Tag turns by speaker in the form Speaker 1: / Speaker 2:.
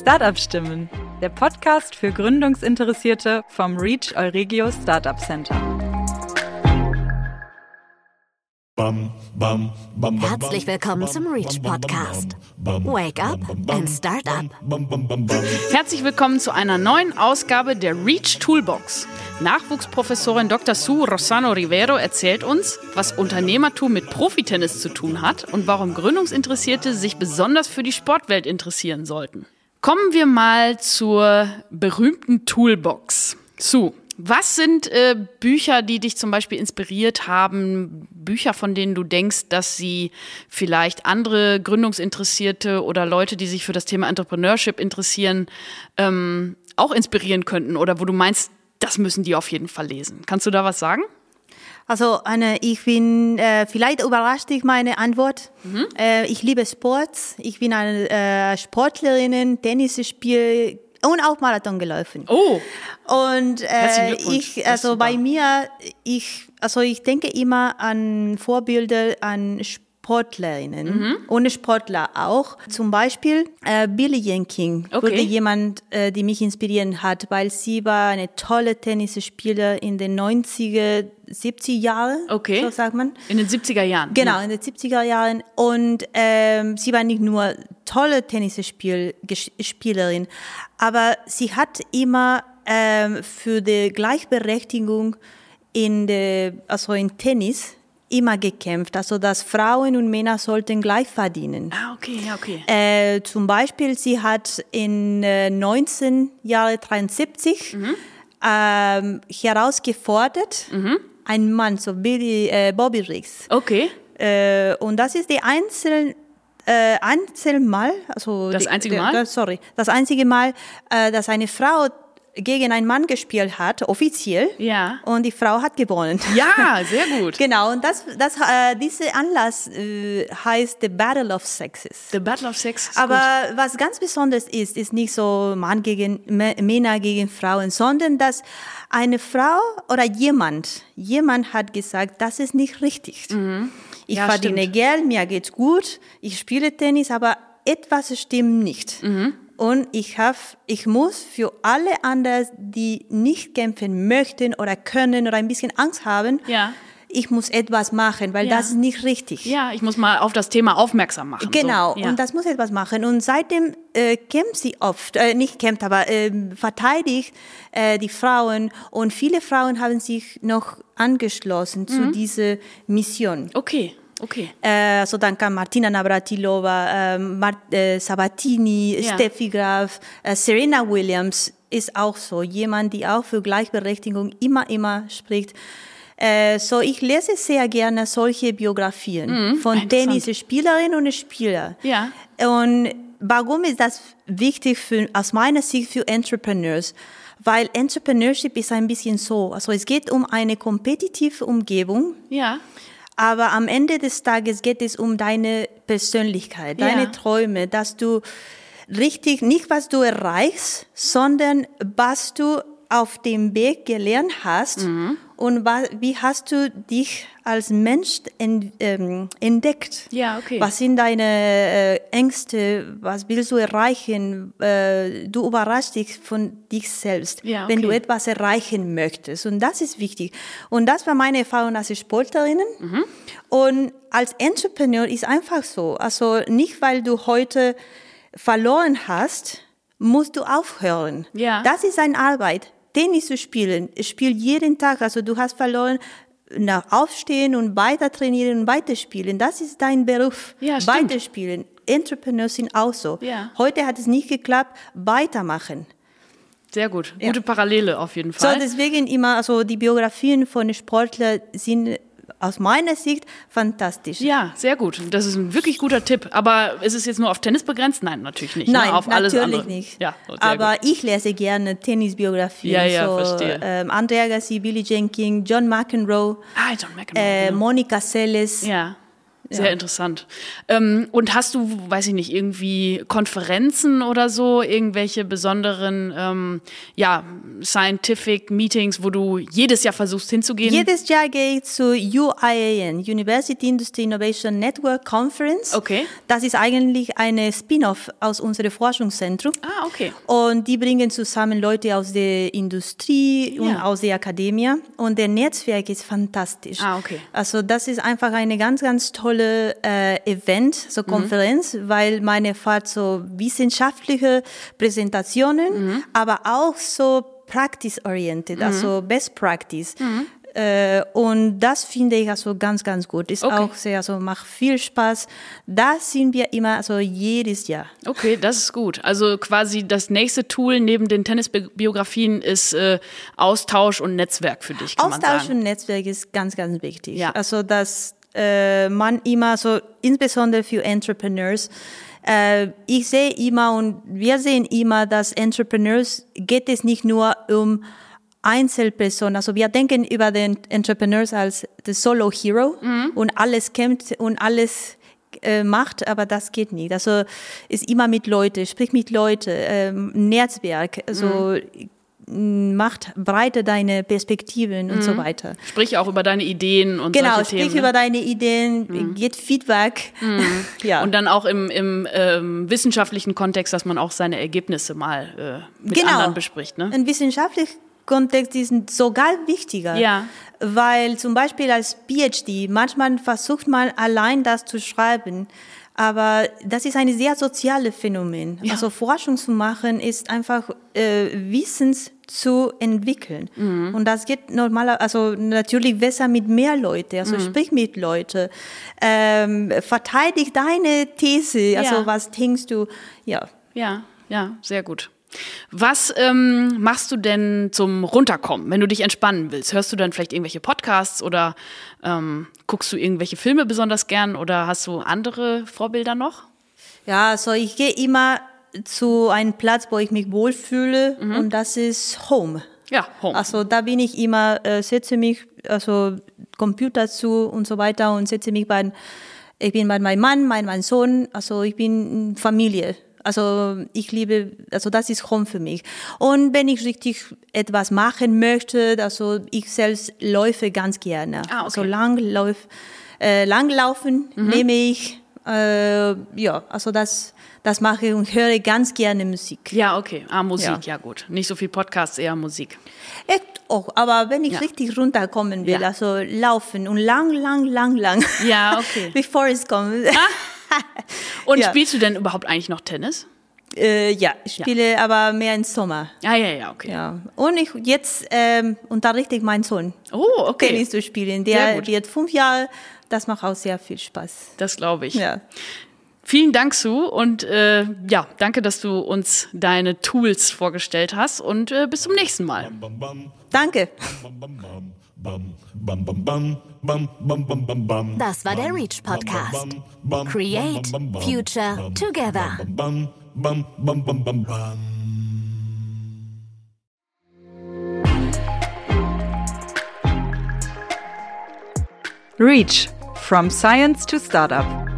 Speaker 1: Startup Stimmen, der Podcast für Gründungsinteressierte vom Reach Euregio Startup Center.
Speaker 2: Bam, bam, bam, bam,
Speaker 3: Herzlich willkommen zum Reach Podcast. Wake up and start up.
Speaker 2: bam, bam, bam, bam.
Speaker 4: Herzlich willkommen zu einer neuen Ausgabe der Reach Toolbox. Nachwuchsprofessorin Dr. Sue Rossano Rivero erzählt uns, was Unternehmertum mit Profitennis zu tun hat und warum Gründungsinteressierte sich besonders für die Sportwelt interessieren sollten. Kommen wir mal zur berühmten Toolbox. Sue, was sind äh, Bücher, die dich zum Beispiel inspiriert haben? Bücher, von denen du denkst, dass sie vielleicht andere Gründungsinteressierte oder Leute, die sich für das Thema Entrepreneurship interessieren, ähm, auch inspirieren könnten? Oder wo du meinst, das müssen die auf jeden Fall lesen. Kannst du da was sagen?
Speaker 5: Also Anne, ich bin äh, vielleicht überrascht ich meine Antwort. Äh, ich liebe Sports. Ich bin eine äh, Sportlerin, Tennis spiele und auch Marathon gelaufen.
Speaker 4: Oh,
Speaker 5: Und äh,
Speaker 4: Glückwunsch.
Speaker 5: ich,
Speaker 4: Das ist
Speaker 5: also
Speaker 4: super.
Speaker 5: bei mir, ich, also ich denke immer an Vorbilder, an Sportlerinnen
Speaker 4: Mhm.
Speaker 5: und Sportler auch. Zum Beispiel äh, Billie Jean King
Speaker 4: Okay.
Speaker 5: wurde jemand, äh, die mich inspirieren hat, weil sie war eine tolle Tennisspieler in den 90er, 70er Jahren,
Speaker 4: Okay.
Speaker 5: so sagt man.
Speaker 4: in den 70er Jahren.
Speaker 5: Genau, in den 70er Jahren. Und ähm, sie war nicht nur tolle Tennisspielerin, aber sie hat immer ähm, für die Gleichberechtigung in der, also in Tennis immer gekämpft. Also dass Frauen und Männer sollten gleich verdienen.
Speaker 4: Ah, okay, ja, okay.
Speaker 5: Äh, zum Beispiel, sie hat in äh, 19 Jahre 73 ähm, herausgefordert, ein Mann, so Billy, äh, Bobby Riggs,
Speaker 4: Okay.
Speaker 5: äh, und das ist die einzel, äh, Einzelmal, also
Speaker 4: Das
Speaker 5: die,
Speaker 4: einzige
Speaker 5: der-
Speaker 4: Mal?
Speaker 5: der- sorry, das einzige Mal, äh, dass eine Frau gegen einen Mann gespielt hat, offiziell.
Speaker 4: Ja.
Speaker 5: Und die Frau hat gewonnen.
Speaker 4: Ja, sehr gut.
Speaker 5: Genau, und das, das, äh, dieser Anlass äh, heißt The Battle of Sexes.
Speaker 4: The Battle of Sex. Ist
Speaker 5: Aber
Speaker 4: gut.
Speaker 5: was ganz Besonderes ist, ist nicht so Mann gegen M- Männer gegen Frauen, sondern dass eine Frau oder jemand, jemand hat gesagt, das ist nicht richtig. Ich
Speaker 4: Mhm. Ja,
Speaker 5: verdiene
Speaker 4: stimmt.
Speaker 5: Geld, mir geht's gut, ich spiele Tennis, aber etwas stimmt nicht.
Speaker 4: Mhm.
Speaker 5: Und ich habe, ich muss für alle anderen, die nicht kämpfen möchten oder können oder ein bisschen Angst haben,
Speaker 4: Ja.
Speaker 5: ich muss etwas machen, weil
Speaker 4: Ja.
Speaker 5: das ist nicht richtig.
Speaker 4: ja, ich muss mal auf das Thema aufmerksam machen.
Speaker 5: Genau,
Speaker 4: so. ja.
Speaker 5: und das muss etwas machen. Und seitdem äh, kämpft sie oft, äh, nicht kämpft, aber ähm, verteidigt äh, die Frauen. Und viele Frauen haben sich noch angeschlossen
Speaker 4: Mhm.
Speaker 5: zu dieser Mission.
Speaker 4: Okay, okay.
Speaker 5: Äh, also dann kam Martina Navratilova, äh, Mar äh, Sabatini,
Speaker 4: Ja.
Speaker 5: Steffi Graf, äh, Serena Williams ist auch so jemand, die auch für Gleichberechtigung immer, immer spricht. Äh, so, ich lese sehr gerne solche Biografien von
Speaker 4: Mhm, interessant.
Speaker 5: Tennisspielerinnen und Spielern.
Speaker 4: Ja.
Speaker 5: Und warum ist das wichtig für, aus meiner Sicht für Entrepreneurs? Weil Entrepreneurship ist ein bisschen so, also es geht um eine kompetitive Umgebung,
Speaker 4: Ja.
Speaker 5: aber am Ende des Tages geht es um deine Persönlichkeit,
Speaker 4: Ja.
Speaker 5: deine Träume, dass du richtig, nicht was du erreichst, sondern was du auf dem Weg gelernt hast
Speaker 4: Mhm.
Speaker 5: und wa- wie hast du dich als Mensch ent, ähm, entdeckt.
Speaker 4: Ja, okay.
Speaker 5: Was sind deine äh, Ängste? Was willst du erreichen? Äh, du überraschst dich von dich selbst,
Speaker 4: Ja,
Speaker 5: wenn du
Speaker 4: okay.
Speaker 5: etwas erreichen möchtest. Und das ist wichtig. Und das war meine Erfahrung als Sportlerinnen. Und als Entrepreneur ist einfach so. Also nicht, weil du heute verloren hast, musst du aufhören.
Speaker 4: Ja.
Speaker 5: Das ist eine Arbeit. Tennis zu spielen, ich spiele jeden Tag. Also du hast verloren, nach aufstehen und weiter trainieren und weiterspielen. Das ist dein Beruf.
Speaker 4: Ja, stimmt.
Speaker 5: weiterspielen. Entrepreneurs sind auch so.
Speaker 4: Ja.
Speaker 5: Heute hat es nicht geklappt, weitermachen.
Speaker 4: Sehr gut. Gute Parallele auf jeden
Speaker 5: So,
Speaker 4: Fall.
Speaker 5: deswegen immer, also die Biografien von Sportlern sind aus meiner Sicht fantastisch.
Speaker 4: ja, sehr gut. Das ist ein wirklich guter Tipp. Aber ist es jetzt nur auf Tennis begrenzt? Nein, natürlich nicht.
Speaker 5: Nein,
Speaker 4: ne? auf alles
Speaker 5: natürlich
Speaker 4: andere.
Speaker 5: nicht.
Speaker 4: Ja, oh, sehr
Speaker 5: Aber
Speaker 4: gut.
Speaker 5: ich lese gerne Tennisbiografien.
Speaker 4: Ja, ja,
Speaker 5: so,
Speaker 4: verstehe.
Speaker 5: Ähm, Andre Agassi, Billie Jean King, John McEnroe,
Speaker 4: Ah, John McEnroe.
Speaker 5: äh,
Speaker 4: ja.
Speaker 5: Monica Seles.
Speaker 4: ja. Sehr interessant. Ähm, und hast du, weiß ich nicht, irgendwie Konferenzen oder so, irgendwelche besonderen, ähm, ja, Scientific Meetings, wo du jedes Jahr versuchst hinzugehen?
Speaker 5: Jedes Jahr gehe ich zur UIAN, University Industry Innovation Network Conference.
Speaker 4: Okay.
Speaker 5: Das ist eigentlich eine Spin-off aus unserem Forschungszentrum.
Speaker 4: Ah, okay.
Speaker 5: Und die bringen zusammen Leute aus der Industrie und
Speaker 4: Ja.
Speaker 5: aus der Akademie. Und der Netzwerk ist fantastisch.
Speaker 4: Ah, okay.
Speaker 5: Also das ist einfach eine ganz, ganz tolle äh, Event,
Speaker 4: Mhm.
Speaker 5: so Konferenz, weil meine Fahrt so wissenschaftliche Präsentationen,
Speaker 4: Mhm.
Speaker 5: aber auch so practice-oriented, also Best Practice.
Speaker 4: Mhm.
Speaker 5: Äh, und das finde ich also ganz, ganz gut. Ist
Speaker 4: Okay.
Speaker 5: auch sehr, also macht viel Spaß. Da sind wir immer, also jedes Jahr.
Speaker 4: Okay, das ist gut. Also quasi das nächste Tool neben den Tennisbiografien ist äh, Austausch und Netzwerk für dich, kann man
Speaker 5: Austausch
Speaker 4: sagen.
Speaker 5: und Netzwerk ist ganz, ganz wichtig.
Speaker 4: Ja.
Speaker 5: Also, dass äh, man immer so, insbesondere für Entrepreneurs, äh, ich sehe immer und wir sehen immer, dass Entrepreneurs geht es nicht nur um Einzelpersonen. Also wir denken über den Entrepreneurs als the Solo Hero
Speaker 4: Mhm.
Speaker 5: und alles kämpft und alles äh, macht, aber das geht nicht. Also ist immer mit Leute, sprich mit Leute, ähm, Netzwerk, also
Speaker 4: Mhm.
Speaker 5: macht, breite deine Perspektiven und so weiter.
Speaker 4: Sprich auch über deine Ideen und
Speaker 5: Genau,
Speaker 4: solche Mhm. Themen. ne?
Speaker 5: sprich
Speaker 4: Mhm.
Speaker 5: über deine Ideen, geht Feedback. ja.
Speaker 4: Und dann auch im, im ähm, wissenschaftlichen Kontext, dass man auch seine Ergebnisse mal äh, mit
Speaker 5: Genau.
Speaker 4: anderen bespricht. Ne?
Speaker 5: Ein wissenschaftlicher Kontext ist sogar wichtiger.
Speaker 4: Ja.
Speaker 5: Weil zum Beispiel als PhD, manchmal versucht man allein das zu schreiben, aber das ist ein sehr soziales Phänomen.
Speaker 4: Ja.
Speaker 5: Also Forschung zu machen ist einfach äh, Wissens zu entwickeln.
Speaker 4: Mhm.
Speaker 5: Und das geht normaler, also natürlich besser mit mehr Leute, also
Speaker 4: Mhm.
Speaker 5: sprich mit Leute, ähm, verteidig deine These, also
Speaker 4: Ja.
Speaker 5: was denkst du, ja.
Speaker 4: Ja, ja, sehr gut. Was ähm, machst du denn zum Runterkommen, wenn du dich entspannen willst? Hörst du dann vielleicht irgendwelche Podcasts oder ähm, guckst du irgendwelche Filme besonders gern oder hast du andere Vorbilder noch?
Speaker 5: Ja, also ich gehe immer zu einem Platz, wo ich mich wohlfühle und das ist Home.
Speaker 4: Ja, Home.
Speaker 5: Also da bin ich immer, äh, setze mich, also Computer zu und so weiter und setze mich bei, ich bin bei meinem Mann, mein, mein Sohn, also ich bin Familie. Also ich liebe, also das ist Home für mich. Und wenn ich richtig etwas machen möchte, also ich selbst läufe ganz
Speaker 4: Ah,
Speaker 5: gerne.
Speaker 4: okay. Mhm.
Speaker 5: Also Langlauf, äh, Langlaufen nehme ich, äh, ja, also das, das mache ich und höre ganz gerne Musik.
Speaker 4: ja, okay. Ah, Musik, ja.
Speaker 5: Ja.
Speaker 4: gut. Nicht so viel Podcasts, eher Musik.
Speaker 5: Echt auch, aber wenn ich
Speaker 4: Ja.
Speaker 5: richtig runterkommen will,
Speaker 4: Ja.
Speaker 5: also laufen und lang, lang, lang, lang.
Speaker 4: Ja, okay. Ah.
Speaker 5: Wie Forrest kommt.
Speaker 4: Und
Speaker 5: Ja.
Speaker 4: spielst du denn überhaupt eigentlich noch Tennis?
Speaker 5: äh, ja, ich spiele aber mehr im Sommer.
Speaker 4: Ah, ja, ja, okay.
Speaker 5: Ja. Und ich jetzt ähm, unterrichte ich meinen Sohn,
Speaker 4: Oh, okay.
Speaker 5: Tennis zu spielen.
Speaker 4: Sehr
Speaker 5: Der
Speaker 4: gut.
Speaker 5: wird fünf Jahre. Das macht auch sehr viel Spaß.
Speaker 4: Das glaube ich.
Speaker 5: Ja.
Speaker 4: Vielen Dank, Sue. Und äh, ja, danke, dass du uns deine Tools vorgestellt hast. Und äh, bis zum nächsten Mal.
Speaker 5: Danke.
Speaker 3: Das war der Reach Podcast. Create Future Together.
Speaker 1: REACH. From Science to Startup.